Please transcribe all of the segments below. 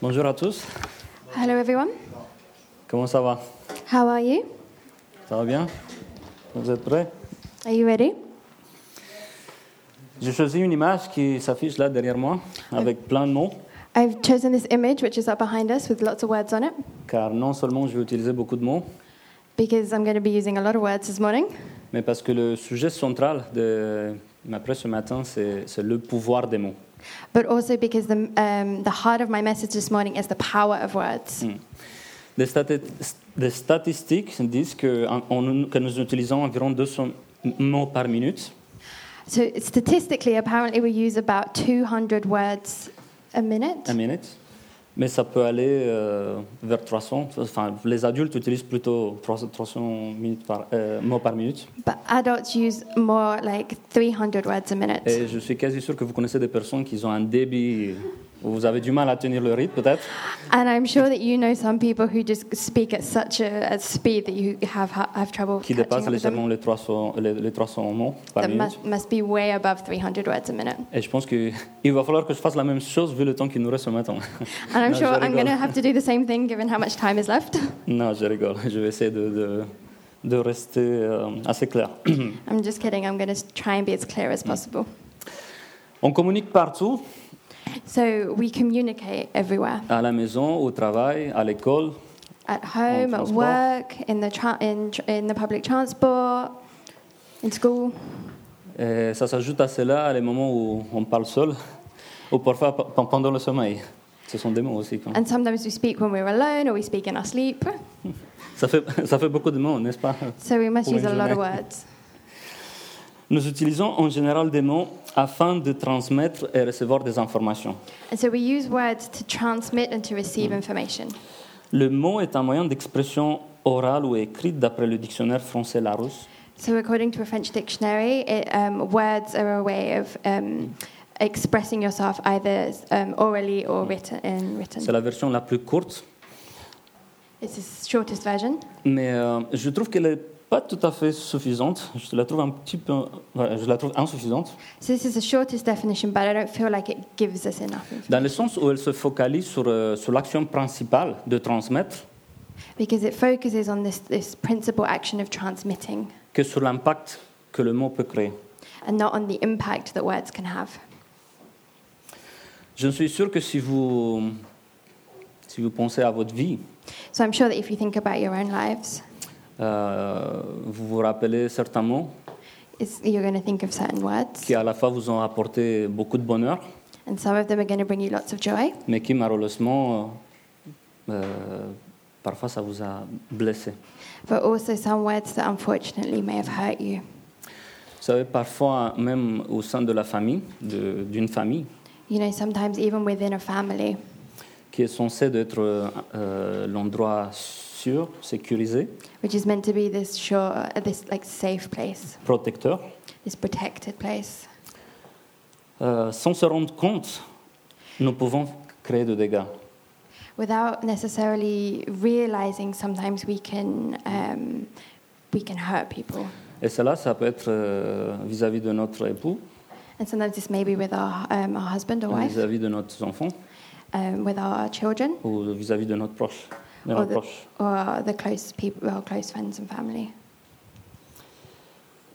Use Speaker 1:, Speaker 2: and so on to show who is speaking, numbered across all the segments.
Speaker 1: Bonjour à tous,
Speaker 2: Hello, everyone.
Speaker 1: comment ça va
Speaker 2: How are you?
Speaker 1: Ça va bien Vous êtes prêts
Speaker 2: Are you ready?
Speaker 1: J'ai choisi une image qui s'affiche là derrière moi avec plein de mots,
Speaker 2: I've chosen this image, which is up behind us with lots of words on it,
Speaker 1: car non seulement je vais utiliser beaucoup de mots,
Speaker 2: because I'm going to be using a lot of words this morning,
Speaker 1: mais parce que le sujet central de ma presse ce matin, c'est c'est le pouvoir des mots.
Speaker 2: but also because the, um, the heart of my message this morning is the power of
Speaker 1: Mm.
Speaker 2: words.
Speaker 1: Des, stati- des statistiques disent que, en- en- que nous utilisons environ 200 mots par minute,
Speaker 2: So, statistically, apparently, we use about 200 words a minute,
Speaker 1: une minute, mais ça peut aller euh, vers 300. Enfin, les adultes utilisent plutôt 300, 300 minutes par- euh, mots par minute.
Speaker 2: but adults use more like 300 words a minute.
Speaker 1: Et je suis quasi sûr que vous connaissez des personnes qui ont un débit où vous avez du mal à tenir le rythme, peut-être.
Speaker 2: And I'm sure that you know some people who just speak at such a, a speed that you have, have trouble
Speaker 1: qui
Speaker 2: catching
Speaker 1: dépasse
Speaker 2: up with them.
Speaker 1: légèrement les 300, les, les 300 mots par
Speaker 2: That
Speaker 1: minute.
Speaker 2: must, must be way above 300 words a minute.
Speaker 1: Et je pense qu'il va falloir que je fasse la même chose vu le temps qu'il nous reste ce matin.
Speaker 2: And I'm
Speaker 1: No,
Speaker 2: sure
Speaker 1: je
Speaker 2: I'm going to
Speaker 1: rigole.
Speaker 2: have to do the same thing given how much time is left.
Speaker 1: Non, je rigole. Je vais essayer de, de, de rester euh, assez clair.
Speaker 2: I'm just kidding. I'm going to try and be as clear as
Speaker 1: Mm.
Speaker 2: possible.
Speaker 1: On communique partout,
Speaker 2: So we communicate everywhere
Speaker 1: à la maison, au travail, à l'école,
Speaker 2: at home, at
Speaker 1: transport.
Speaker 2: work, in the, tra- in, tr- in the public transport, in school.
Speaker 1: Et ça s'ajoute à cela les moments où on parle seul ou parfois pe- pendant le sommeil. Ce sont des mots aussi. quand-
Speaker 2: And sometimes we speak when we're alone or we speak in our sleep.
Speaker 1: Ça fait, ça fait beaucoup de mots, n'est-ce pas
Speaker 2: So we must
Speaker 1: Pour
Speaker 2: use a
Speaker 1: une
Speaker 2: lot of
Speaker 1: journée.
Speaker 2: words.
Speaker 1: Nous utilisons en général des mots afin de transmettre et recevoir des informations.
Speaker 2: And so we use words to transmit and to receive
Speaker 1: Mm.
Speaker 2: information.
Speaker 1: Le mot est un moyen d'expression orale ou écrite d'après le dictionnaire français Larousse.
Speaker 2: So, according to a French dictionary, it, um, words are a way of um, expressing yourself either um, orally or written. In
Speaker 1: C'est
Speaker 2: written.
Speaker 1: la version la plus courte,
Speaker 2: It's the shortest version,
Speaker 1: mais euh, je trouve qu'elle n'est pas tout à fait suffisante. Je la trouve un petit peu, voilà, je la trouve insuffisante
Speaker 2: so this is the shortest definition, but I don't feel like it gives us enough inf-
Speaker 1: dans le sens où elle se focalise sur, euh, sur l'action principale de transmettre
Speaker 2: because it focuses on this, this principal action of transmitting
Speaker 1: que sur l'impact que le mot peut créer.
Speaker 2: and not on the impact that words can have.
Speaker 1: Je suis sûr que si vous, si vous pensez à votre vie,
Speaker 2: So, I'm sure that if you think about your own lives,
Speaker 1: Euh, vous vous rappelez certains mots
Speaker 2: it's, you're going to think of certain words,
Speaker 1: qui à la fois vous ont apporté beaucoup de bonheur,
Speaker 2: and some of them are going to bring you lots of joy,
Speaker 1: mais qui malheureusement, euh, euh, parfois ça vous a blessé.
Speaker 2: but also some words that unfortunately may have hurt you.
Speaker 1: Vous savez, parfois même au sein de la famille, de- d'une famille,
Speaker 2: You know, sometimes even within a family,
Speaker 1: qui est censée être euh, euh, l'endroit sûr, sécurisé,
Speaker 2: which is meant to be this sure, uh, this like safe place,
Speaker 1: protecteur,
Speaker 2: this protected place.
Speaker 1: euh, sans se rendre compte, nous pouvons créer des dégâts.
Speaker 2: Without necessarily realizing, sometimes we can um, we can hurt people,
Speaker 1: Et cela, ça peut être euh, vis-à-vis de notre époux,
Speaker 2: and sometimes this may be with our um, our husband or wife,
Speaker 1: vis-à-vis de nos enfants.
Speaker 2: um, with our children,
Speaker 1: ou vis-à-vis de notre proche. de
Speaker 2: or
Speaker 1: notre
Speaker 2: the,
Speaker 1: proche.
Speaker 2: or the close people, our close friends and family.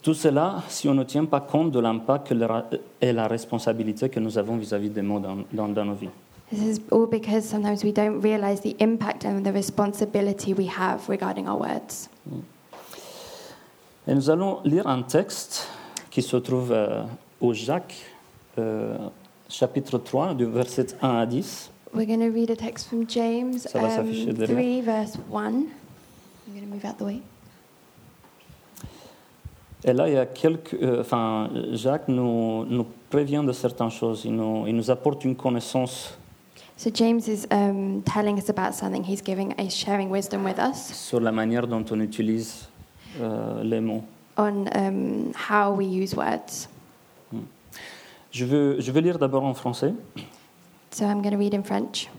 Speaker 1: Tout cela, si on ne tient pas compte de l'impact que le ra- et la responsabilité que nous avons vis-à-vis des mots dans, dans- dans nos vies.
Speaker 2: This is all because sometimes we don't realize the impact and the responsibility we have regarding our words.
Speaker 1: Et nous allons lire un texte qui se trouve euh, au Jacques, euh, chapitre 3, du verset 1 à 10.
Speaker 2: We're going to read a text from James
Speaker 1: Ça va s'afficher derrière.
Speaker 2: 3, verse 1. I'm going to move out the way.
Speaker 1: Et là, il y a quelques. euh, Enfin, Jacques nous, nous prévient de certaines choses. Il nous, il nous apporte une connaissance
Speaker 2: So James is um, telling us about something. He's giving, he's sharing wisdom with us
Speaker 1: sur la manière dont on utilise euh, les mots.
Speaker 2: on um, how we use words.
Speaker 1: Je veux, je veux lire d'abord en français.
Speaker 2: So I'm going to read in French.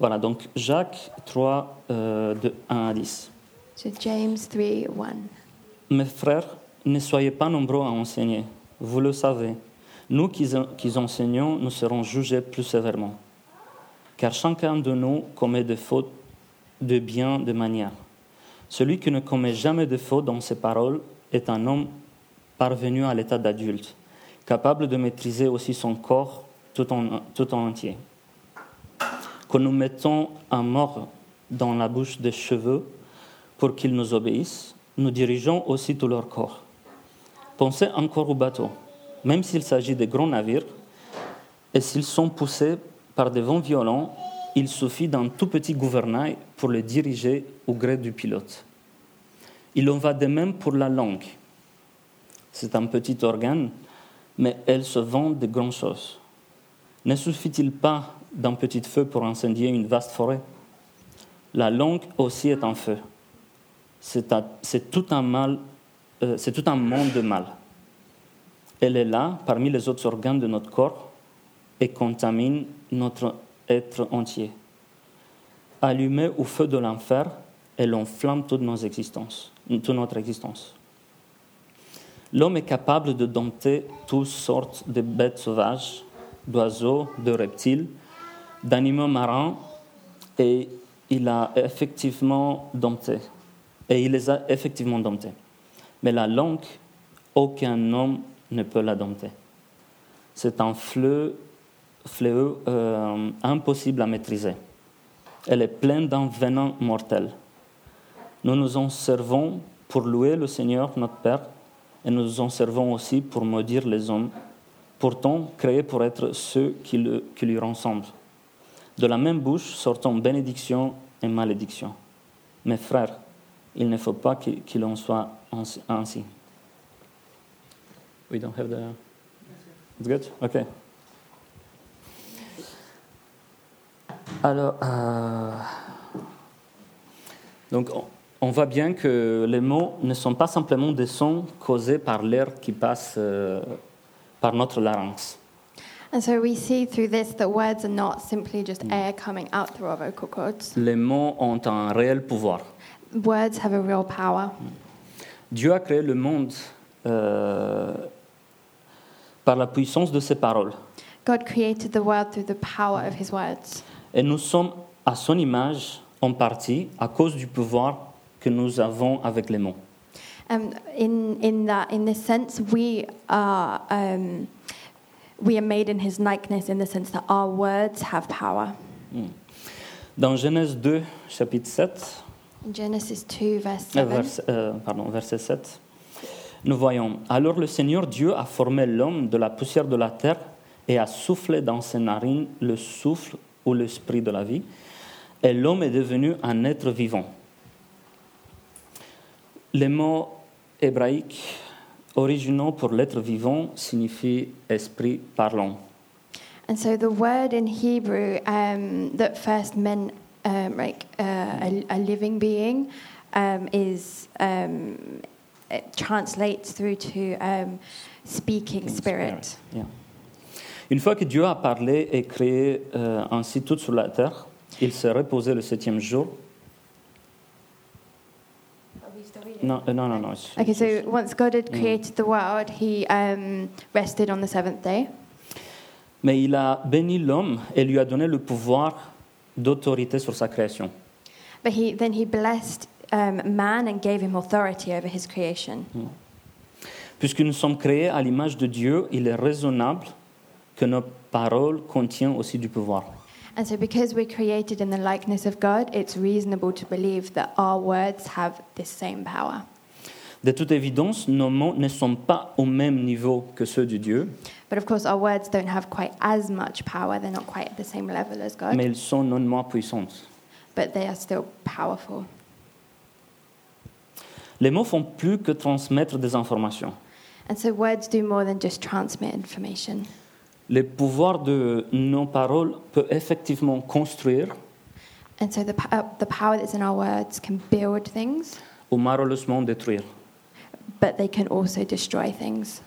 Speaker 1: Voilà, donc Jacques 3, euh, de 1 à 10.
Speaker 2: So James 3, 1.
Speaker 1: Mes frères, ne soyez pas nombreux à enseigner. Vous le savez. Nous qui, qui enseignons, nous serons jugés plus sévèrement. car chacun de nous commet des fautes de bien de manière. Celui qui ne commet jamais de faute dans ses paroles est un homme parvenu à l'état d'adulte, capable de maîtriser aussi son corps tout en, tout en entier. Que nous mettons un mort dans la bouche des cheveux pour qu'ils nous obéissent, nous dirigeons aussi tout leur corps. Pensez encore aux bateaux. Même s'il s'agit de grands navires, et s'ils sont poussés par des vents violents, il suffit d'un tout petit gouvernail pour les diriger au gré du pilote. Il en va de même pour la langue. C'est un petit organe, mais elle se vend de grandes choses. Ne suffit-il pas d'un petit feu pour incendier une vaste forêt La langue aussi est un feu. C'est un- c'est tout un mal euh, c'est tout un monde de mal. Elle est là, parmi les autres organes de notre corps, et contamine notre être entier. Allumée au feu de l'enfer, elle enflamme toutes nos existences, toute notre existence. L'homme est capable de dompter toutes sortes de bêtes sauvages, d'oiseaux, de reptiles, d'animaux marins, et il a effectivement dompté. Et il les a effectivement domptés. Mais la langue, aucun homme ne peut la dompter. C'est un fleu- fléau euh, impossible à maîtriser. Elle est pleine d'un venin mortel. Nous nous en servons pour louer le Seigneur, notre Père, et nous nous en servons aussi pour maudire les hommes, pourtant créés pour être ceux qui, le- qui lui ressemblent. De la même bouche sortant bénédiction et malédiction. Mes frères, il ne faut pas qu'il qu'il en soit ainsi- ainsi. We don't have the. It's good? Okay. Alors, euh, donc on, on voit bien que les mots ne sont pas simplement des sons causés par l'air qui passe euh, par notre larynx.
Speaker 2: And so we see through this that words are not simply just air coming out through our vocal cords.
Speaker 1: Les mots ont un réel pouvoir.
Speaker 2: Words have a real power.
Speaker 1: Dieu a créé le monde euh, par la puissance de ses paroles.
Speaker 2: God created the world through the power of his words.
Speaker 1: Et nous sommes à son image en partie à cause du pouvoir que nous avons avec les mots.
Speaker 2: Um, in, in, that, in this sense, we are, um, we are made in his likeness in the sense that our words have power.
Speaker 1: Dans Genèse 2, chapitre 7,
Speaker 2: In Genesis 2, verse
Speaker 1: euh,
Speaker 2: 7.
Speaker 1: vers- euh, pardon, verset 7, nous voyons Alors le Seigneur Dieu a formé l'homme de la poussière de la terre et a soufflé dans ses narines le souffle ou l'esprit de la vie, et l'homme est devenu un être vivant. Les mots hébraïques originaux pour l'être vivant signifient esprit parlant.
Speaker 2: And so the word in Hebrew um, that first meant um, like uh, a, a living being um, is um, it translates through to um, speaking spirit.
Speaker 1: Yeah. Une fois que Dieu a parlé et créé euh, ainsi tout sur la terre, il s'est reposé le septième jour. Non, euh, non, non, non. c'est-
Speaker 2: Okay, so once God had created the world, He um, rested on the seventh day,
Speaker 1: Mais il a béni l'homme et lui a donné le pouvoir d'autorité sur sa création.
Speaker 2: but He then He blessed um, man and gave him authority over His creation.
Speaker 1: Puisque nous sommes créés à l'image de Dieu, il est raisonnable que nos paroles contiennent aussi du pouvoir.
Speaker 2: And so, because we're created in the likeness of God, it's reasonable to believe that our words have this same power.
Speaker 1: De toute évidence, nos mots ne sont pas au même niveau que ceux de Dieu,
Speaker 2: But of course, our words don't have quite as much power. They're not quite at the same level as God,
Speaker 1: mais ils sont non moins puissants.
Speaker 2: but they are still powerful.
Speaker 1: Les mots font plus que transmettre des informations.
Speaker 2: And so, words do more than just transmit information.
Speaker 1: Le pouvoir de nos paroles peut effectivement construire
Speaker 2: And so, the, po- uh, the power that's in our words can build things,
Speaker 1: ou malheureusement détruire.
Speaker 2: but they can also destroy things.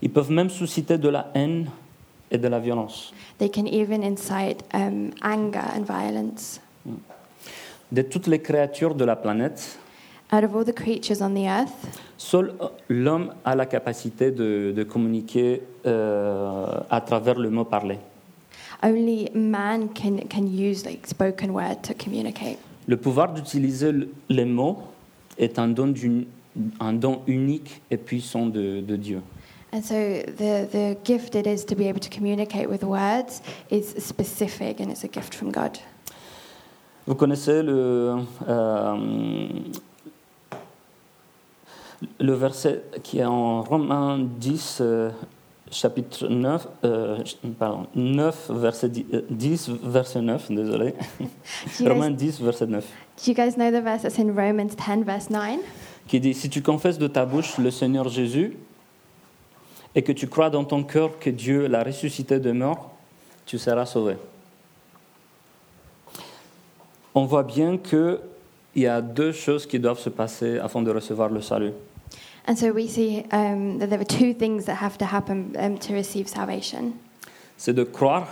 Speaker 1: Ils peuvent même susciter de la haine et de la violence.
Speaker 2: They can even incite um, anger and violence.
Speaker 1: De toutes les créatures de la planète,
Speaker 2: Out of all the creatures on the earth,
Speaker 1: seul l'homme a la capacité de, de communiquer euh, à travers le mot parlé.
Speaker 2: only man can, can use like spoken word to communicate.
Speaker 1: Le pouvoir d'utiliser l- les mots est un don, d'une- un don unique et puissant de, de Dieu.
Speaker 2: And so the, the gift it is to be able to communicate with words is specific and it's a gift from God.
Speaker 1: Vous connaissez le, euh, le verset qui est en Romains 10, euh, chapitre 9, euh, ch- pardon, 9 verset 10, euh, 10, verset 9, désolé.
Speaker 2: Do you,
Speaker 1: Romains
Speaker 2: guys,
Speaker 1: 10, verset 9,
Speaker 2: do you guys know the verse that's in Romans 10, verse 9?
Speaker 1: qui dit Si tu confesses de ta bouche le Seigneur Jésus et que tu crois dans ton cœur que Dieu l'a ressuscité de mort, tu seras sauvé. On voit bien qu'il y a deux choses qui doivent se passer afin de recevoir le salut.
Speaker 2: And so we see um, that there are two things that have to happen um, to receive salvation.
Speaker 1: C'est de croire,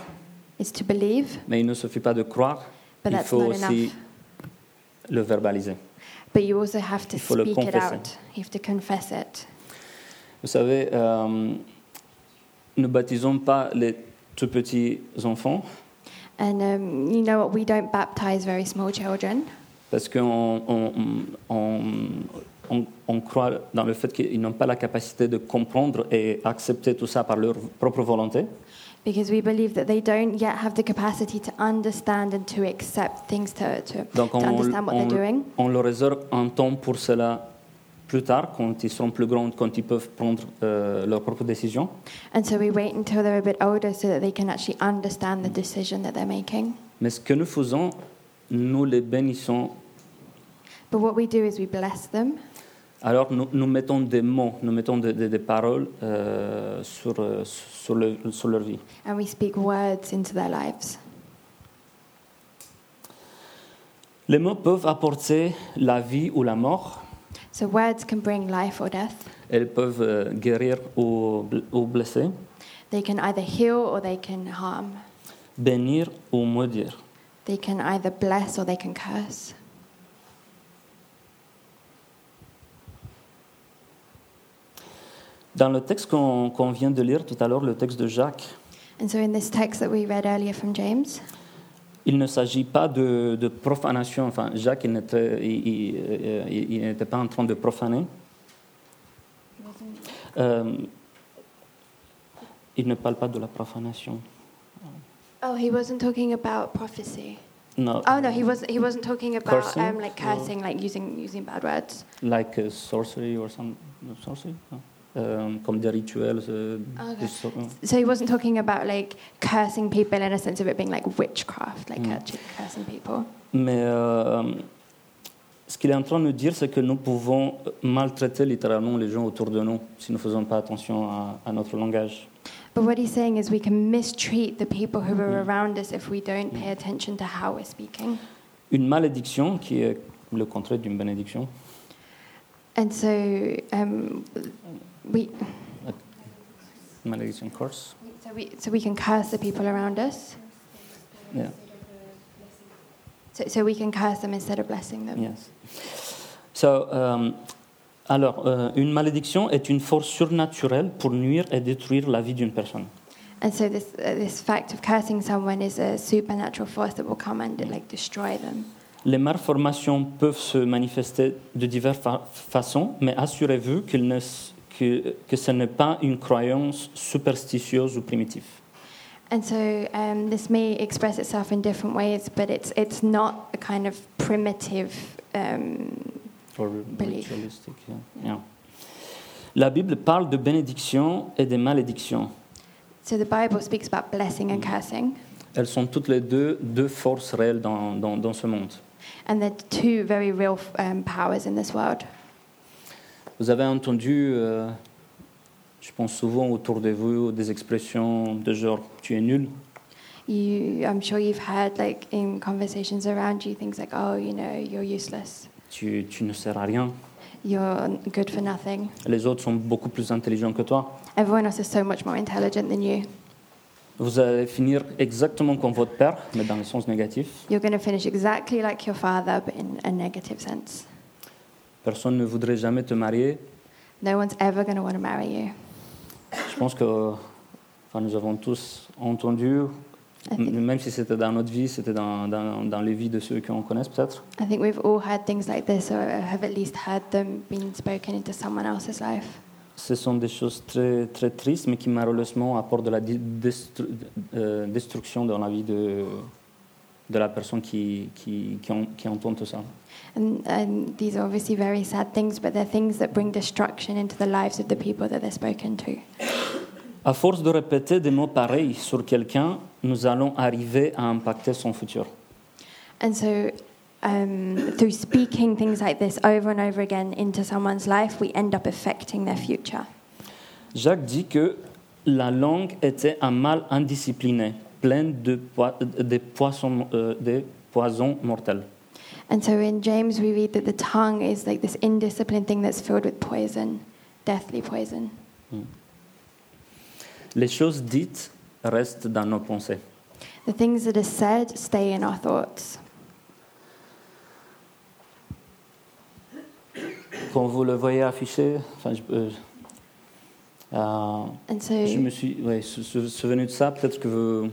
Speaker 2: It's to believe,
Speaker 1: mais il ne suffit pas de croire,
Speaker 2: but
Speaker 1: il
Speaker 2: that's
Speaker 1: faut
Speaker 2: not
Speaker 1: aussi
Speaker 2: enough.
Speaker 1: le verbaliser.
Speaker 2: But you also have to
Speaker 1: Il faut le
Speaker 2: speak it
Speaker 1: confesser.
Speaker 2: out. You have to confess it.
Speaker 1: Vous savez, euh, ne baptisons pas les tout petits enfants
Speaker 2: And um, you know what? We don't baptize very small children
Speaker 1: parce qu'on on, on, on- on croit dans le fait qu'ils n'ont pas la capacité de comprendre et accepter tout ça par leur propre volonté.
Speaker 2: because we believe that they don't yet have the capacity to understand and to accept things, to, to,
Speaker 1: Donc
Speaker 2: to
Speaker 1: on,
Speaker 2: understand what
Speaker 1: on-
Speaker 2: they're doing.
Speaker 1: on leur réserve un temps pour cela plus tard, quand ils seront plus grands, quand ils peuvent prendre euh, leurs propres décisions.
Speaker 2: And so we wait until they're a bit older so that they can actually understand the decision that they're making.
Speaker 1: Mais ce que nous faisons, nous les bénissons.
Speaker 2: But what we do is we bless them.
Speaker 1: Alors nous, nous mettons des mots, nous mettons des, des- des paroles euh, sur, euh, sur, le- sur leur vie.
Speaker 2: and we speak words into their lives.
Speaker 1: Les mots peuvent apporter la vie ou la mort.
Speaker 2: So words can bring life or death.
Speaker 1: Elles peuvent euh, guérir ou, bl- ou blesser,
Speaker 2: They can either heal or they can harm.
Speaker 1: bénir ou maudire.
Speaker 2: They can either bless or they can curse.
Speaker 1: Dans le texte qu'on qu'on vient de lire tout à l'heure, le texte de Jacques,
Speaker 2: And so in this text that we read earlier from James,
Speaker 1: il ne s'agit pas de, de profanation. Enfin, Jacques, il n'était il- il- euh, il- il n'était pas en train de profaner. Euh, il ne parle pas de la profanation.
Speaker 2: oh, he wasn't talking about prophecy.
Speaker 1: Non,
Speaker 2: Oh no, he wasn't. He wasn't talking about
Speaker 1: Cursing?
Speaker 2: um, like
Speaker 1: No.
Speaker 2: cursing, like using using bad words.
Speaker 1: like uh, sorcery or some sorcery, no? Euh, comme des rituels. euh,
Speaker 2: Okay.
Speaker 1: de sor-
Speaker 2: So he wasn't talking about like cursing people in a sense of it being like witchcraft, like
Speaker 1: Mm.
Speaker 2: actually cursing people.
Speaker 1: Mais euh, ce qu'il est en train de nous dire, c'est que nous pouvons maltraiter littéralement les gens autour de nous si nous ne faisons pas attention à, à notre langage.
Speaker 2: But what he's saying is we can mistreat the people who are
Speaker 1: Mm.
Speaker 2: around us if we don't
Speaker 1: Mm.
Speaker 2: pay attention to how we're speaking.
Speaker 1: Une malédiction qui est le contraire d'une bénédiction.
Speaker 2: And so um, we,
Speaker 1: Malédiction curse.
Speaker 2: so we, so we can curse the people around us.
Speaker 1: Yeah.
Speaker 2: So, so we can curse them instead of blessing them.
Speaker 1: Yes. So, euh, alors, euh, une malédiction est une force surnaturelle pour nuire et détruire la vie d'une personne.
Speaker 2: And so this uh, this fact of cursing someone is a supernatural force that will come and like destroy them.
Speaker 1: Les malformations peuvent se manifester de diverses fa- façons, mais assurez-vous qu'il ne s- que, que ce n'est pas une croyance superstitieuse ou primitive.
Speaker 2: And so um, this may express itself in different ways, but it's it's not a kind of primitive. Um,
Speaker 1: Or
Speaker 2: Belief.
Speaker 1: ritualistic, yeah. Yeah. La Bible parle de bénédictions et de malédictions.
Speaker 2: so the Bible speaks about blessing and cursing,
Speaker 1: Elles sont toutes les deux deux forces réelles dans, dans- dans ce monde.
Speaker 2: and they're two very real um, powers in this world.
Speaker 1: Vous avez entendu, euh, je pense souvent autour de vous, des expressions de genre tu es nul,
Speaker 2: You, I'm sure you've heard like in conversations around you things like, "Oh, you know, you're useless.
Speaker 1: tu, tu ne sers à rien,
Speaker 2: You're good for nothing.
Speaker 1: les autres sont beaucoup plus intelligents que toi.
Speaker 2: Everyone else is so much more intelligent than you.
Speaker 1: Vous allez finir exactement comme votre père, mais dans le sens négatif.
Speaker 2: You're going to finish exactly like your father, but in a negative sense.
Speaker 1: Personne ne voudrait jamais te marier.
Speaker 2: No one's ever going to want to marry you."
Speaker 1: Je pense que enfin, nous avons tous entendu
Speaker 2: I think,
Speaker 1: Même si c'était dans notre vie, c'était dans, dans, dans les vies de ceux qu'on connaît peut-être.
Speaker 2: I think we've all had things like this, or have at least had them being spoken into someone else's life.
Speaker 1: Ce sont des choses très, très tristes, mais qui malheureusement apportent de la di- destru- euh, destruction dans la vie de, de la personne qui, qui, qui, en- qui entend tout ça.
Speaker 2: And, and these are obviously very sad things, but they're things that bring destruction into the lives of the people that they're spoken to.
Speaker 1: À force de répéter des mots pareils sur quelqu'un, nous allons arriver à impacter son futur.
Speaker 2: And so, um, through speaking things like this over and over again into someone's life, we end up affecting their future.
Speaker 1: Jacques dit que la langue était un mal indiscipliné, plein de, poi- de poissons, euh, de poisons mortels.
Speaker 2: And so, in James, we read that the tongue is like this indisciplined thing that's filled with poison, deathly poison.
Speaker 1: Les choses dites restent dans nos pensées.
Speaker 2: The things that are said stay in our thoughts.
Speaker 1: Quand vous le voyez affiché, enfin, je, euh, euh,
Speaker 2: And
Speaker 1: je me
Speaker 2: so,
Speaker 1: suis ouais, sou- sou- souvenu de ça, peut-être que vous,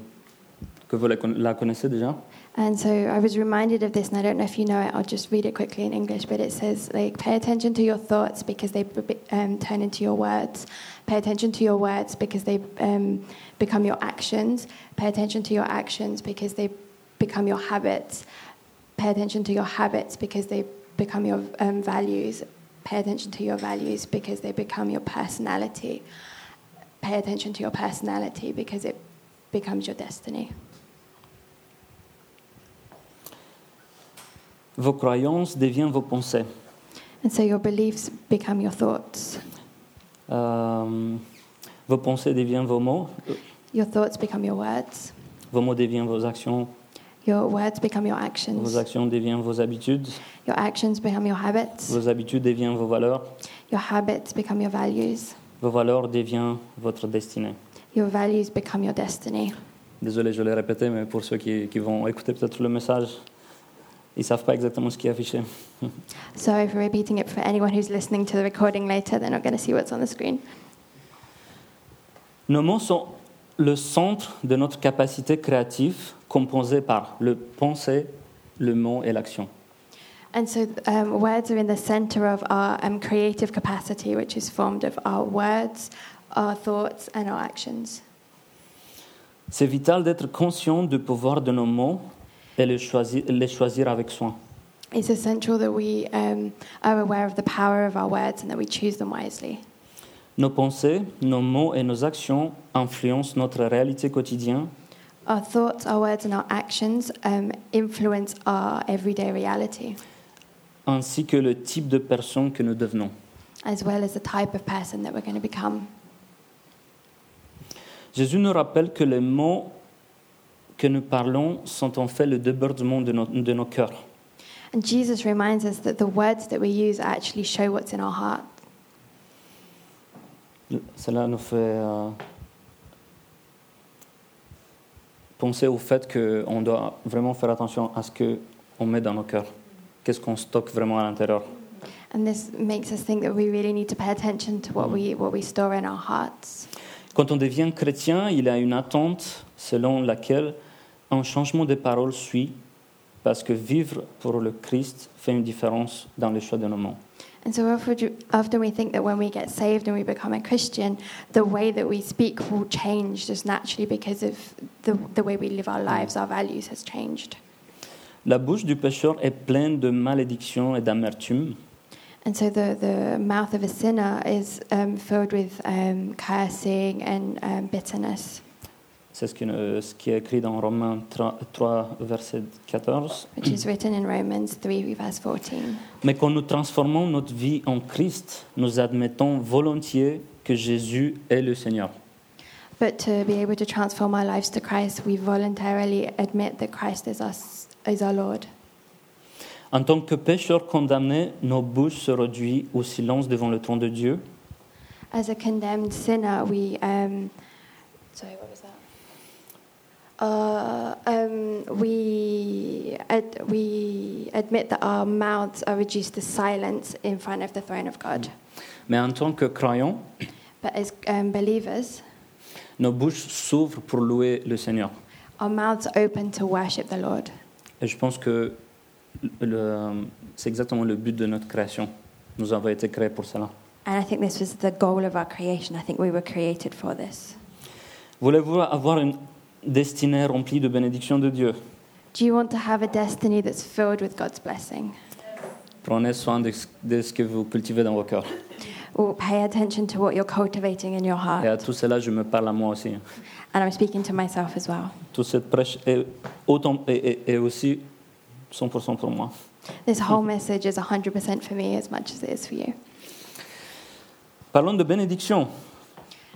Speaker 1: que vous la con- la connaissez déjà.
Speaker 2: and so I was reminded of this, and I don't know if you know it. I'll just read it quickly in English, but it says, like, pay attention to your thoughts because they b- um, turn into your words. Pay attention to your words because they um, become your actions. Pay attention to your actions because they become your habits. Pay attention to your habits because they become your um, values. Pay attention to your values because they become your personality. Pay attention to your personality because it becomes your destiny.
Speaker 1: Vos croyances deviennent vos pensées.
Speaker 2: And so your beliefs become your thoughts.
Speaker 1: Euh, vos pensées deviennent vos mots, euh,
Speaker 2: Your thoughts become your words.
Speaker 1: vos mots deviennent vos actions,
Speaker 2: Your words become your actions.
Speaker 1: vos actions deviennent vos habitudes,
Speaker 2: Your actions become your habits.
Speaker 1: vos habitudes deviennent vos valeurs,
Speaker 2: Your habits become your values.
Speaker 1: vos valeurs deviennent votre destinée.
Speaker 2: Your values become your destiny.
Speaker 1: Désolé, je l'ai répété, mais pour ceux qui, qui vont écouter peut-être le message, ils ne savent pas exactement ce qui est affiché.
Speaker 2: Sorry for repeating it for anyone who's listening to the recording later, they're not going to see what's on the screen.
Speaker 1: Nos mots sont le centre de notre capacité créative composée par le penser, le mot et l'action.
Speaker 2: And so um, words are in the center of our um, creative capacity, which is formed of our words, our thoughts, and our actions.
Speaker 1: C'est vital d'être conscient du pouvoir de nos mots et les choisir, les choisir avec soin.
Speaker 2: It's essential that we um, are aware of the power of our words and that we choose them wisely.
Speaker 1: Nos pensées, nos mots et nos actions influencent notre réalité quotidienne
Speaker 2: Our thoughts, our words, and our actions um, influence our everyday reality,
Speaker 1: ainsi que le type de personne que nous devenons.
Speaker 2: as well as the type of person that we're going to become.
Speaker 1: Jésus nous rappelle que les mots que nous parlons sont en fait le débordement de nos, de nos cœurs.
Speaker 2: And Jesus reminds us that the words that we use actually show what's in our heart.
Speaker 1: Cela nous fait euh, penser au fait qu'on doit vraiment faire attention à ce qu'on met dans nos cœurs. Qu'est-ce qu'on stocke vraiment à l'intérieur
Speaker 2: And this makes us think that we really need to pay attention to what we, what we store in our hearts.
Speaker 1: Quand on devient chrétien, il y a une attente selon laquelle un changement de parole suit, parce que vivre pour le Christ fait une différence dans le choix de nos mots.
Speaker 2: And so often often we think that when we get saved and we become a Christian, the way that we speak will change just naturally because of the, the way we live our lives, our values has changed.
Speaker 1: La bouche du pécheur est pleine de malédictions et d'amertume.
Speaker 2: And so the, the mouth of a sinner is um, filled with um, cursing and um, bitterness,
Speaker 1: C'est ce, qui- euh, ce qui est écrit dans Romains 3, 3, verset 14.
Speaker 2: which is written in Romans 3, verse 14.
Speaker 1: Mais quand nous transformons notre vie en Christ, nous admettons volontiers que Jésus est le Seigneur.
Speaker 2: But to be able to transform our lives to Christ, we voluntarily admit that Christ is, us, is our Lord.
Speaker 1: En tant que pécheurs condamnés, nos bouches se réduisent au silence devant le trône de Dieu
Speaker 2: As a condemned sinner, we. Um, sorry, what was that? Uh, um, we, ad- we admit that our mouths are reduced to silence in front of the throne of God.
Speaker 1: Mais en tant que croyants,
Speaker 2: But as um, believers,
Speaker 1: nos bouches s'ouvrent pour louer le Seigneur.
Speaker 2: our mouths open to worship the Lord.
Speaker 1: Et je pense que le- c'est exactement le but de notre création. Nous avons été créés pour cela.
Speaker 2: And I think this was the goal of our creation. I think we were created for this.
Speaker 1: Voulez-vous avoir une destinée remplie de bénédictions de Dieu
Speaker 2: Do you want to have a destiny that's filled with God's blessing?
Speaker 1: Prenez soin de ce- de ce que vous cultivez dans vos cœurs.
Speaker 2: Or pay attention to what you're cultivating in your heart.
Speaker 1: Et à tout cela, je me parle à moi aussi.
Speaker 2: And I'm speaking to myself as well.
Speaker 1: Toute cette prêche est, autant, est- est- est aussi 100% pour moi.
Speaker 2: This whole message is 100% for me as much as it is for you.
Speaker 1: Parlons de bénédiction.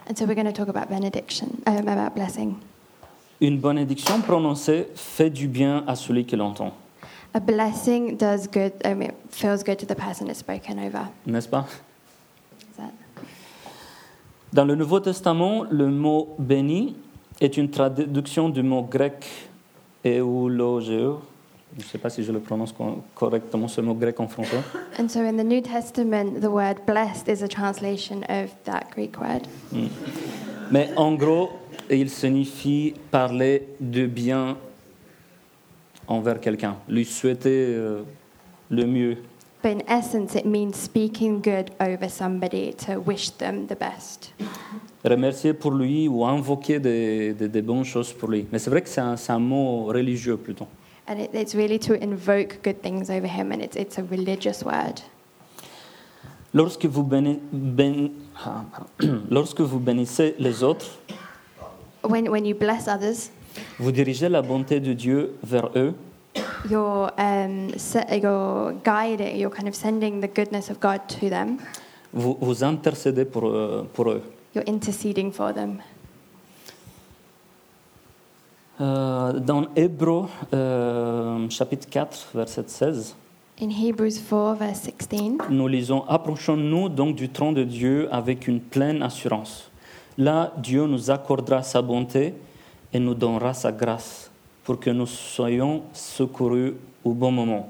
Speaker 2: And so we're going to talk about benediction, um, about blessing.
Speaker 1: Une bénédiction prononcée fait du bien à celui qui l'entend,
Speaker 2: A blessing does good, um, it feels good to the person it's spoken over.
Speaker 1: n'est-ce pas
Speaker 2: Is that?
Speaker 1: Dans le Nouveau Testament, le mot béni est une traduction du mot grec eulogio. Je ne sais pas si je le prononce co- correctement, ce mot grec en français.
Speaker 2: And so in the New Testament, the word blessed is a translation of that Greek word.
Speaker 1: Mais en gros, il signifie parler de bien envers quelqu'un, lui souhaiter euh, le mieux.
Speaker 2: But in essence, it means speaking good over somebody to wish them the best.
Speaker 1: remercier pour lui ou invoquer des, des- des bonnes choses pour lui. Mais c'est vrai que c'est un, c'est un mot religieux plutôt.
Speaker 2: And it, it's really to invoke good things over him, and it's, it's a religious word.
Speaker 1: Lorsque vous, béni- béni- ah, pardon. Lorsque vous bénissez les autres,
Speaker 2: When, when you bless others,
Speaker 1: vous dirigez la bonté de Dieu vers eux
Speaker 2: you're, um, se- you're guiding, you're kind of sending the goodness of God to them,
Speaker 1: vous, vous intercédez pour, euh, pour eux.
Speaker 2: you're interceding for them.
Speaker 1: Euh, dans Hébreu, euh, chapitre 4, verset 16,
Speaker 2: In Hebrews 4, verse 16,
Speaker 1: nous lisons Approchons-nous donc du trône de Dieu avec une pleine assurance. Là, Dieu nous accordera sa bonté et nous donnera sa grâce pour que nous soyons secourus au bon moment.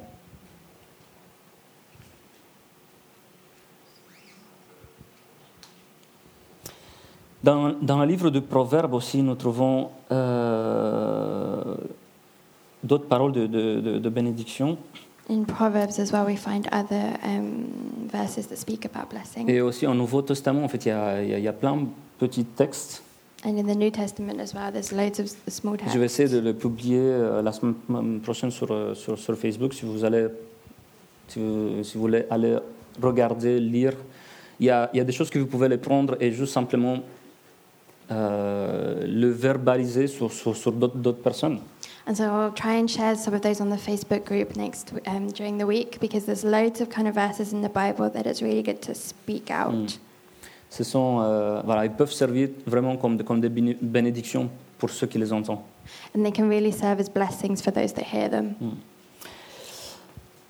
Speaker 1: Dans, dans le livre de Proverbes aussi, nous trouvons euh, d'autres paroles de- de- de- de bénédiction.
Speaker 2: in Proverbs as well, we find other um, verses that speak about blessing.
Speaker 1: Et aussi en Nouveau Testament, en fait, il y a, il y a- il y a plein de petits textes.
Speaker 2: And in the New Testament as well, there's loads of s- small texts.
Speaker 1: Je vais essayer de le publier euh, la semaine prochaine sur, euh, sur, sur Facebook. Si vous, allez, si, vous, si vous voulez aller regarder, lire, il y, a, il y a des choses que vous pouvez les prendre et juste simplement euh, le verbaliser sur, sur, sur d'autres d'autres personnes.
Speaker 2: And so I'll try and share some of those on the Facebook group next um, during the week because there's loads of kind of verses in the Bible that it's really good to speak out.
Speaker 1: Mm. Ce sont, euh, voilà, ils peuvent servir vraiment comme, des- comme des béni- bénédictions pour ceux qui les entendent.
Speaker 2: And they can really serve as blessings for those that hear them.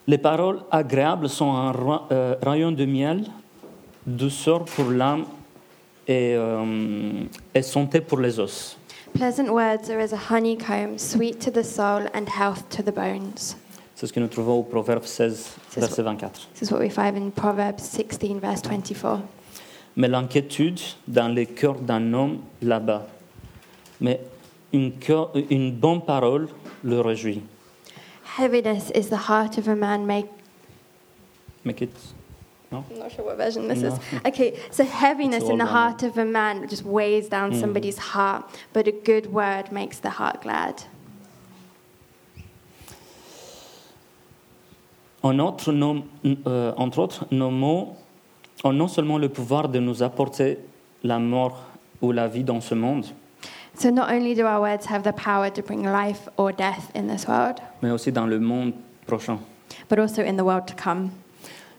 Speaker 1: Les paroles agréables sont un ra- euh, rayon de miel, douceur pour l'âme et, euh, et santé pour les os.
Speaker 2: Pleasant words are as a honeycomb, sweet to the soul and health to the bones.
Speaker 1: C'est ce que nous trouvons au Proverbe 16,
Speaker 2: C'est ça.
Speaker 1: verset 24.
Speaker 2: This is what we find in Proverbs 16, verse 24.
Speaker 1: Mais l'inquiétude dans les cœurs d'un homme là-bas. Mais une, cœur- euh, une bonne parole le réjouit.
Speaker 2: Heaviness is the heart of a man made.
Speaker 1: Make it-
Speaker 2: I'm not sure what version this
Speaker 1: No.
Speaker 2: is. Okay, so heaviness
Speaker 1: It's all
Speaker 2: in the
Speaker 1: down.
Speaker 2: heart of a man just weighs down
Speaker 1: Mm.
Speaker 2: somebody's heart, but a good word makes the heart glad.
Speaker 1: En autre, nos- euh, entre autres, nos mots ont non seulement le pouvoir de nous apporter la mort ou la vie dans ce monde,
Speaker 2: So not only do our words have the power to bring life or death in this world,
Speaker 1: mais aussi dans le monde prochain.
Speaker 2: but also in the world to come.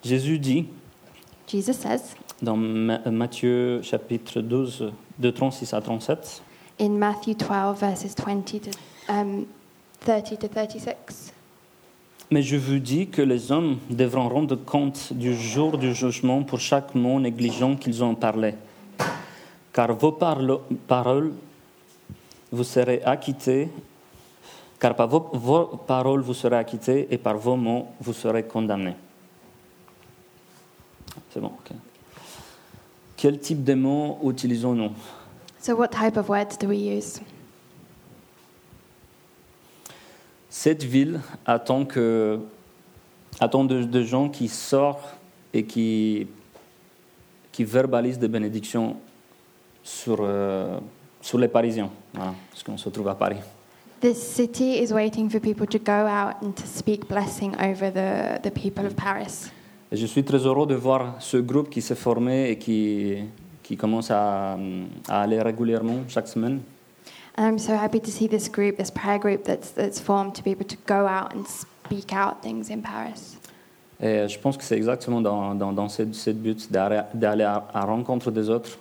Speaker 1: Jésus dit
Speaker 2: Jesus says
Speaker 1: dans Ma- Matthieu chapitre 12, de 36 à 37,
Speaker 2: in Matthew 12 verses 20 to um, 30 to 36.
Speaker 1: Mais je vous dis que les hommes devront rendre compte du jour du jugement pour chaque mot négligent qu'ils ont parlé. Car vos parlo- paroles, vous serez acquittés, car par vos, vos paroles, vous serez acquittés, et par vos mots, vous serez condamnés. C'est bon, ok. Quel type de mots utilisons-nous
Speaker 2: So what type of words do we use?
Speaker 1: Cette ville attend, que, attend de, de gens qui sortent et qui, qui verbalisent des bénédictions sur, euh, sur les Parisiens, voilà, parce qu'on se trouve à Paris.
Speaker 2: This city is waiting for people to go out and to speak blessing over the, the people of Paris.
Speaker 1: Et je suis très heureux de voir ce groupe qui s'est formé et qui, qui commence à, à aller régulièrement chaque semaine.
Speaker 2: And I'm so happy to see this group, this prayer group that's, that's formed to be able to go out and speak out things in Paris.
Speaker 1: Et je pense que c'est exactement dans, dans, dans ce, ce but d'aller d'aller à, à rencontre des autres,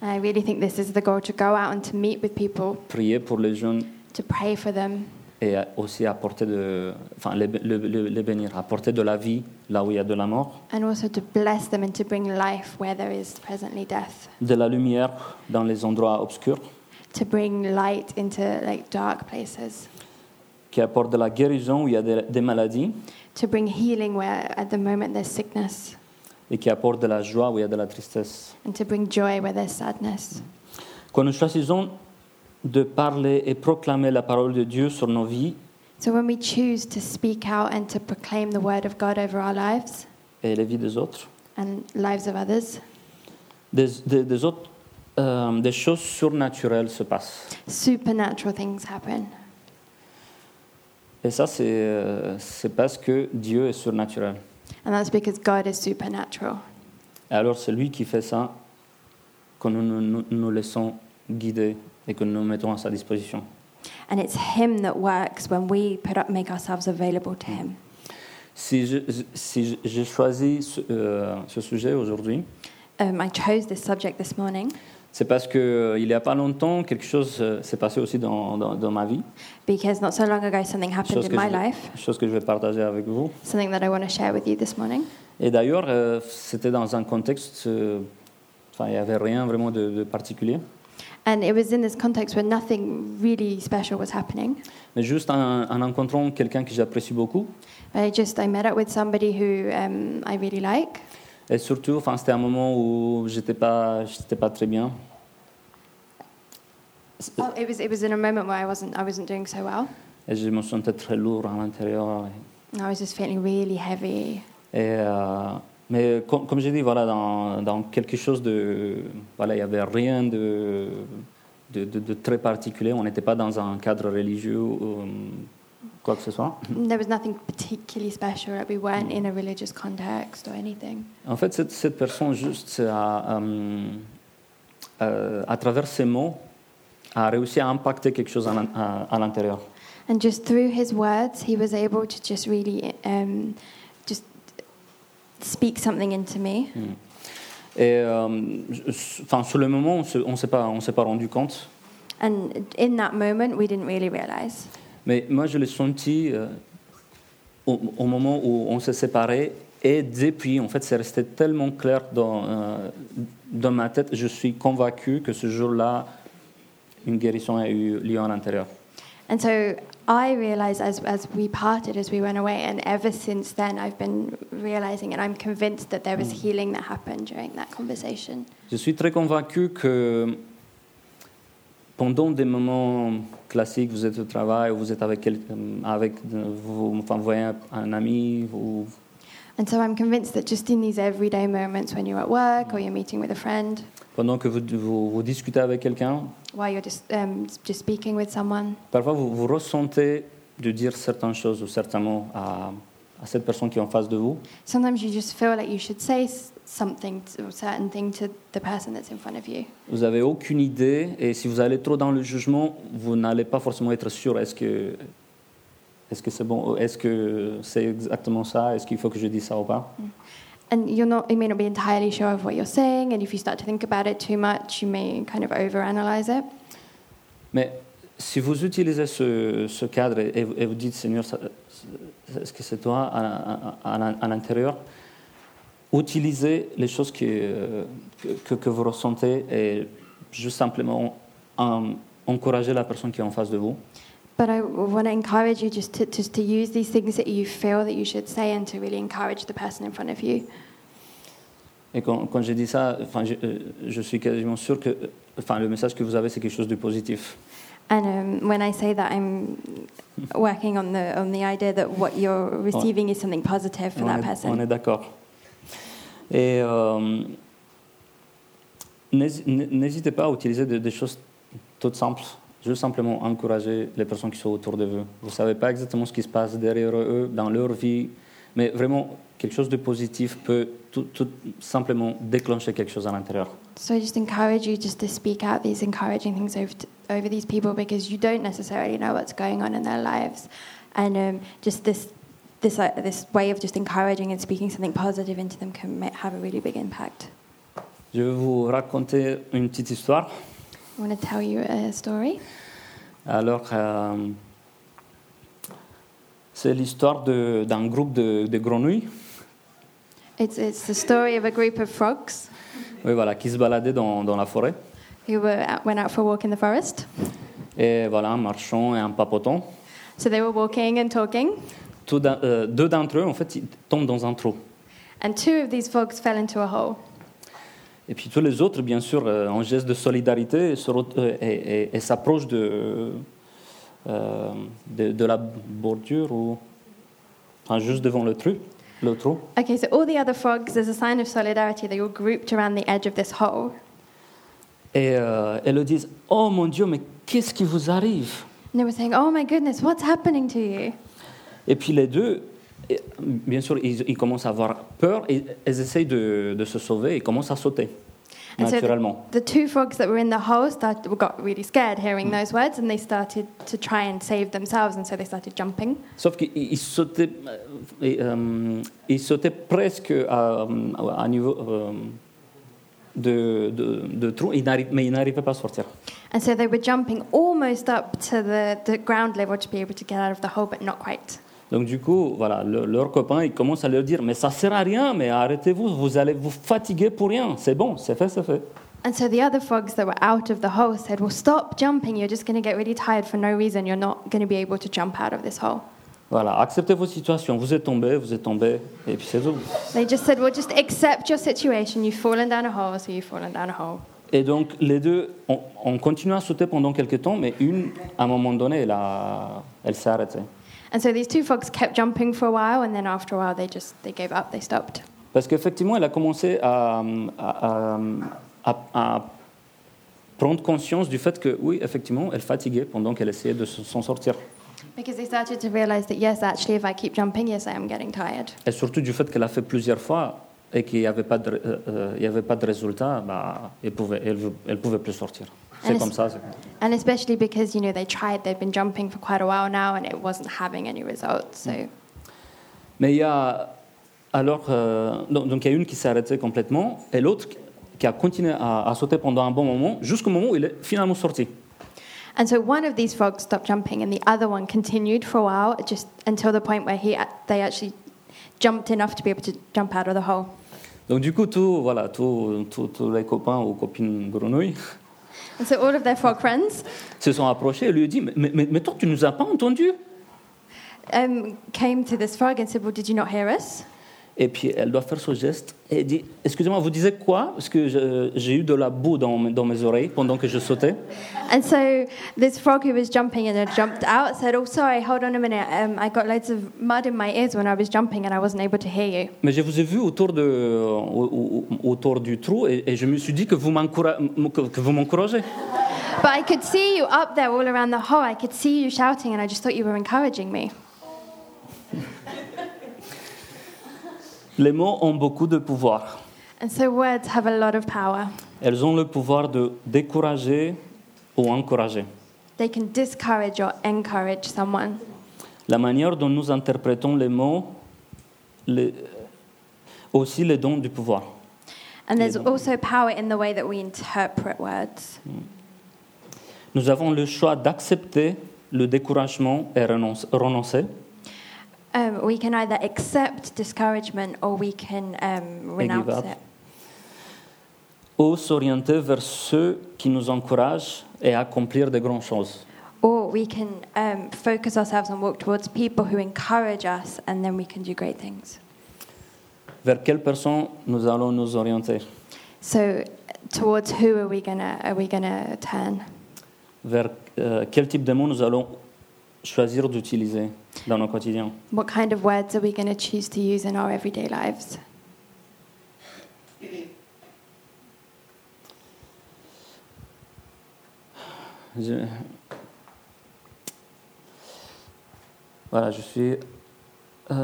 Speaker 2: And I really think this is the goal to go out and to meet with people,
Speaker 1: prier pour les jeunes
Speaker 2: to pray for them,
Speaker 1: et aussi apporter de, enfin, les, les- les- les bénir, apporter de la vie là où il y a de la mort,
Speaker 2: and also to bless them and to bring life where there is presently death,
Speaker 1: de la lumière dans les endroits obscurs,
Speaker 2: to bring light into like dark places,
Speaker 1: qui apporte de la guérison où il y a des, des maladies
Speaker 2: to bring healing where at the moment there's sickness,
Speaker 1: et qui apporte de la joie où il y a de la tristesse.
Speaker 2: and to bring joy where there's sadness.
Speaker 1: Quand nous choisissons de parler et proclamer la parole de Dieu sur nos vies,
Speaker 2: So when we choose to speak out and to proclaim the word of God over our lives
Speaker 1: et les vies des autres,
Speaker 2: and lives of others,
Speaker 1: des, des- des autres, euh, des choses surnaturelles se passent.
Speaker 2: supernatural things happen.
Speaker 1: Et ça, c'est euh, c'est parce que Dieu est surnaturel.
Speaker 2: And that's because God is supernatural.
Speaker 1: Et alors, c'est lui qui fait ça quand nous nous, nous- nous laissons guider et que nous nous mettons à sa disposition.
Speaker 2: And it's Him that works when we put up, make ourselves available to Him.
Speaker 1: Si je- je- si je- j'ai choisi ce, euh, ce sujet aujourd'hui,
Speaker 2: Um, I chose this subject this morning
Speaker 1: c'est parce que euh, il n'y a pas longtemps, quelque chose euh, s'est passé aussi dans, dans- dans ma vie,
Speaker 2: because not so long ago something happened
Speaker 1: chose
Speaker 2: in
Speaker 1: que,
Speaker 2: my
Speaker 1: je,
Speaker 2: life,
Speaker 1: chose que je vais partager avec vous.
Speaker 2: something that I want to share with you this morning.
Speaker 1: Et d'ailleurs, euh, c'était dans un contexte, euh, enfin, il n'y avait rien vraiment de, de particulier,
Speaker 2: And it was in this context where nothing really special was happening.
Speaker 1: mais juste en, en rencontrant quelqu'un que j'apprécie beaucoup.
Speaker 2: I just I met up with somebody who um, I really like,
Speaker 1: Et surtout, enfin, c'était un moment où j'étais pas, j'étais pas très bien.
Speaker 2: Oh, it was it was in a moment where I wasn't I wasn't doing so well.
Speaker 1: Et je me sentais très lourd à l'intérieur.
Speaker 2: And I was just feeling really heavy.
Speaker 1: Et, euh, mais com- comme j'ai dit, voilà, dans, dans quelque chose de, voilà, il y avait rien de, de, de- de très particulier. On n'était pas dans un cadre religieux ou euh, quoi que ce soit.
Speaker 2: There was nothing particularly special. Like we weren't in a religious context or anything.
Speaker 1: En fait, cette, cette personne juste a, euh, euh, à travers ses mots a réussi à impacter quelque chose à l'in- à- à l'intérieur.
Speaker 2: And just through his words, he was able to just really um, just speak something into me.
Speaker 1: Et euh, je- enfin, sur le moment, on se- on s'est pas, on s'est pas rendu compte.
Speaker 2: And in that moment, we didn't really realize.
Speaker 1: Mais moi, je l'ai senti euh, au, au moment où on s'est séparés. Et depuis, en fait, c'est resté tellement clair dans, euh, dans ma tête. Je suis convaincu que ce jour-là, une guérison a eu lieu à l'intérieur.
Speaker 2: And so I realized as, as we parted, as we went away, and ever since then, I've been realizing, and I'm convinced that there was healing that happened during that conversation.
Speaker 1: Je suis très convaincu que pendant des moments classiques, vous êtes au travail, vous êtes avec, quelqu'un, avec euh, vous, enfin, vous voyez un ami, ou
Speaker 2: And so I'm convinced that just in these everyday moments when you're at work or you're meeting with a friend,
Speaker 1: pendant que vous, vous, vous discutez avec quelqu'un,
Speaker 2: while you're just, um, just speaking with someone,
Speaker 1: Parfois, vous, vous ressentez de dire certaines choses ou certains mots à, à cette personne qui est en face de vous.
Speaker 2: sometimes you just feel like you should say s- something t- or certain thing to the person that's in front of you.
Speaker 1: Vous n'avez aucune idée et si vous allez trop dans le jugement, vous n'allez pas forcément être sûr est-ce que est-ce que c'est bon, est-ce que c'est exactement ça, est-ce qu'il faut que je dise ça ou pas.
Speaker 2: And you're not, you may not be entirely sure of what you're saying, and if you start to think about it too much, you may kind of overanalyze it.
Speaker 1: Mais si vous utilisez ce, ce cadre et, et vous- et vous dites Seigneur, ça- est-ce que c'est toi à, à- à- à l'intérieur Utilisez les choses que, euh, que, que vous ressentez et juste simplement en- encouragez la personne qui est en face de vous.
Speaker 2: But I want to encourage you just to, just to use these things that you feel that you should say and to really encourage the person in front of you.
Speaker 1: Et quand, quand j'ai dit ça, enfin, je, euh, je suis quasiment sûr que euh, enfin, le message que vous avez, c'est quelque chose de positif.
Speaker 2: And um, when I say that, I'm working on the on the idea that what you're receiving is something positive for
Speaker 1: On
Speaker 2: that
Speaker 1: est- on est
Speaker 2: person.
Speaker 1: d'accord. Et euh, n'hési- n- n'hésitez pas à utiliser des, des choses toutes simples. Juste simplement encourager les personnes qui sont autour de vous. Vous ne savez pas exactement ce qui se passe derrière eux, dans leur vie, mais vraiment, quelque chose de positif peut tout, tout simplement déclencher quelque chose à l'intérieur.
Speaker 2: So I just encourage you just to speak out these encouraging things over t over these people because you don't necessarily know what's going on in their lives, and um, just this. This, uh, this way of just encouraging and speaking something positive into them can ma- have a really big impact.
Speaker 1: Je vais vous raconter une petite histoire.
Speaker 2: I want to tell you a story.
Speaker 1: Alors, euh, c'est l'histoire de- d'un groupe de- de grenouilles
Speaker 2: It's, it's the story of a group of frogs
Speaker 1: Oui, voilà, qui se baladaient dans, dans la forêt.
Speaker 2: who were out, went out for a walk in the forest.
Speaker 1: Et voilà, un marchant et un papotant.
Speaker 2: So they were walking and talking,
Speaker 1: Tout d'un- euh, deux d'entre eux, en fait, ils tombent dans un trou.
Speaker 2: and two of these frogs fell into a hole.
Speaker 1: Et puis tous les autres, bien sûr, euh, en geste de solidarité, se re- euh, et et- et s'approchent de, euh, de, de la bordure ou enfin, juste devant le trou. Le trou.
Speaker 2: Okay, so all the other frogs, as a sign of solidarity, they all grouped around the edge of this hole.
Speaker 1: Et euh, elles le disent Oh mon Dieu, mais qu'est-ce qui vous arrive
Speaker 2: And they were saying, Oh my goodness, what's happening to you?
Speaker 1: Et puis les deux, et, bien sûr, ils, ils commencent à avoir peur et elles essayent de, de se sauver et commencent à sauter,
Speaker 2: And so
Speaker 1: naturellement.
Speaker 2: The two frogs that were in the hole started, got really scared hearing those words, and they started to try and save themselves, and so they started jumping.
Speaker 1: Sauf qu'ils ils sautaient, euh, et, euh, ils sautaient presque à, à niveau euh, de, de, de trou, ils n'arri- mais ils n'arrivaient pas à sortir.
Speaker 2: And so they were jumping almost up to the, the ground level to be able to get out of the hole, but not quite.
Speaker 1: Donc du coup, voilà, le- leurs copains, ils commencent à leur dire, mais ça sert à rien, mais arrêtez-vous, vous allez vous fatiguer pour rien. C'est bon, c'est fait, c'est fait.
Speaker 2: And so the other frogs that were out of the hole said, Well, stop jumping. You're just going to get really tired for no reason. You're not going to be able to jump out of this hole.
Speaker 1: Voilà, acceptez vos situations, vous êtes tombé, vous êtes tombé, et puis c'est tout.
Speaker 2: They just said, Well, just accept your situation. You've fallen down a hole, so you've fallen down a hole.
Speaker 1: Et donc les deux, on, on continue à sauter pendant quelques temps, mais une, à un moment donné, elle, a- elle s'est arrêtée.
Speaker 2: And so these two frogs kept jumping for a while, and then after a while, they just they gave up. They stopped.
Speaker 1: Parce qu'effectivement, elle a commencé à, à- à- à- à prendre conscience du fait que, oui, effectivement, elle fatiguait pendant qu'elle essayait de s- s'en sortir.
Speaker 2: Because they started to realize that, yes, actually, if I keep jumping, yes, I am getting tired.
Speaker 1: Et surtout du fait qu'elle a fait plusieurs fois et qu'il n'y avait, pas de- euh, euh, il y avait pas de résultat, bah, elle ne pouvait, elle, elle pouvait plus sortir. C'est
Speaker 2: Elle-
Speaker 1: comme ça. c'est comme ça.
Speaker 2: And especially because, you know, they tried, they've been jumping for quite a while now, and it wasn't having any results. So.
Speaker 1: Mais il y a alors euh, donc donc il y a une qui s'est arrêtée complètement et l'autre qui a continué à, à sauter pendant un bon moment jusqu'au moment où il est finalement sorti.
Speaker 2: And so one of these frogs stopped jumping, and the other one continued for a while, just until the point where he, they actually jumped enough to be able to jump out of the hole.
Speaker 1: Donc du coup tout voilà tout- tout- tous les copains ou copines grenouilles
Speaker 2: And so all of their frog friends
Speaker 1: se sont approchés et lui ont dit mais, mais- mais- mais toi tu nous as pas entendu
Speaker 2: um, came to this frog and said, "Well, did you not hear us?"
Speaker 1: et puis elle doit faire ce geste et elle dit excusez-moi vous disiez quoi parce que je- j'ai eu de la boue dans, mes- dans mes oreilles pendant que je sautais
Speaker 2: And so this frog who was jumping and had jumped out said, "Oh, sorry, hold on a minute. Um, I got loads of mud in my ears when I was jumping, and I wasn't able to hear you."
Speaker 1: mais je vous ai vu autour de au- au- autour du trou et, et je me suis dit que vous m'encoura- que- que vous m'encouragez
Speaker 2: But I could see you up there all around the hole. I could see you shouting, and I just thought you were encouraging me.
Speaker 1: Les mots ont beaucoup de pouvoir.
Speaker 2: And so words have a lot of power.
Speaker 1: Elles ont le pouvoir de décourager ou encourager.
Speaker 2: They can discourage or encourage someone.
Speaker 1: La manière dont nous interprétons les mots, les- aussi les dons du pouvoir.
Speaker 2: And there's also power in the way that we interpret words.
Speaker 1: Nous avons le choix d'accepter le découragement et renonce- renoncer,
Speaker 2: Um, we can either accept discouragement or we can um, renounce
Speaker 1: up.
Speaker 2: it.
Speaker 1: ou s'orienter vers ceux qui nous encouragent et accomplir de grandes choses.
Speaker 2: Or we can um, focus ourselves and walk towards people who encourage us and then we can do great things.
Speaker 1: Vers quelle personne nous allons nous orienter
Speaker 2: So, towards who are we gonna, are we gonna turn?
Speaker 1: vers euh, quel type de mots nous allons choisir d'utiliser dans nos quotidiens.
Speaker 2: What kind of words are we going to choose to use in our everyday lives?
Speaker 1: Je- Voilà, je suis. euh,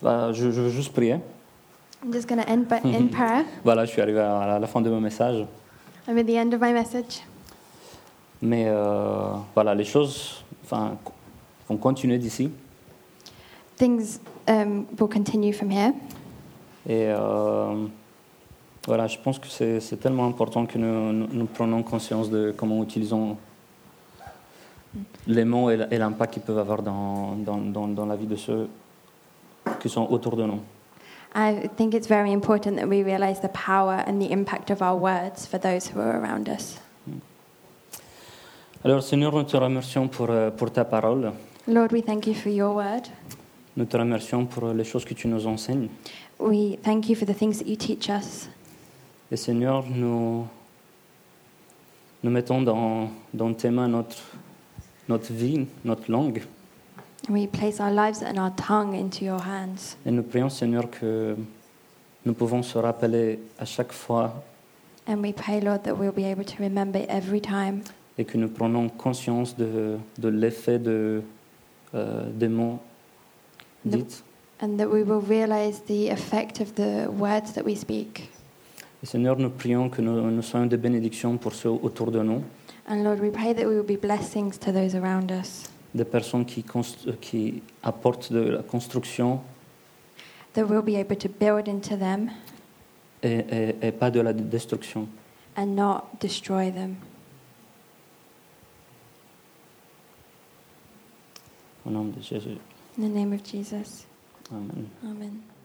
Speaker 1: voilà, je, je veux juste prier.
Speaker 2: I'm just going to end by, in prayer.
Speaker 1: Voilà, je suis arrivé à la- à la fin de mon message.
Speaker 2: I'm at the end of my message.
Speaker 1: Mais euh, voilà, les choses enfin, co- vont continuer d'ici.
Speaker 2: Things um, will continue from here.
Speaker 1: Et euh, voilà, je pense que c'est c'est tellement important que nous, nous, nous prenons conscience de comment utilisons les mots et la- et l'impact qu'ils peuvent avoir dans, dans, dans, dans la vie de ceux qui sont autour de nous.
Speaker 2: I think it's very important that we realize the power and the impact of our words for those who are around us.
Speaker 1: Alors Seigneur, nous te remercions pour, euh, pour ta parole.
Speaker 2: Lord, we thank you for your word.
Speaker 1: Nous te remercions pour euh, les choses que tu nous enseignes.
Speaker 2: We thank you for the things that you teach us.
Speaker 1: Et Seigneur, nous, nous mettons dans, dans tes mains notre, notre vie, notre langue.
Speaker 2: We place our lives and our tongue into your hands.
Speaker 1: Et nous prions, Seigneur, que nous pouvons se rappeler à chaque fois
Speaker 2: And we pray, Lord, that we'll be able to remember every time
Speaker 1: et que nous prenons conscience de, de l'effet de, euh, des mots
Speaker 2: Non.
Speaker 1: dits.
Speaker 2: and that we will realize the effect of the words that we speak.
Speaker 1: Et Seigneur, nous prions que nous, nous soyons des bénédictions pour ceux autour de nous,
Speaker 2: And Lord, we pray that we will be blessings to those around us,
Speaker 1: des personnes qui, const- qui apportent de la construction
Speaker 2: that we'll be able to build into them
Speaker 1: et, et- et pas de la destruction.
Speaker 2: and not destroy them.
Speaker 1: Au nom de Jésus.
Speaker 2: In the name of Jesus.
Speaker 1: Amen.
Speaker 2: Amen.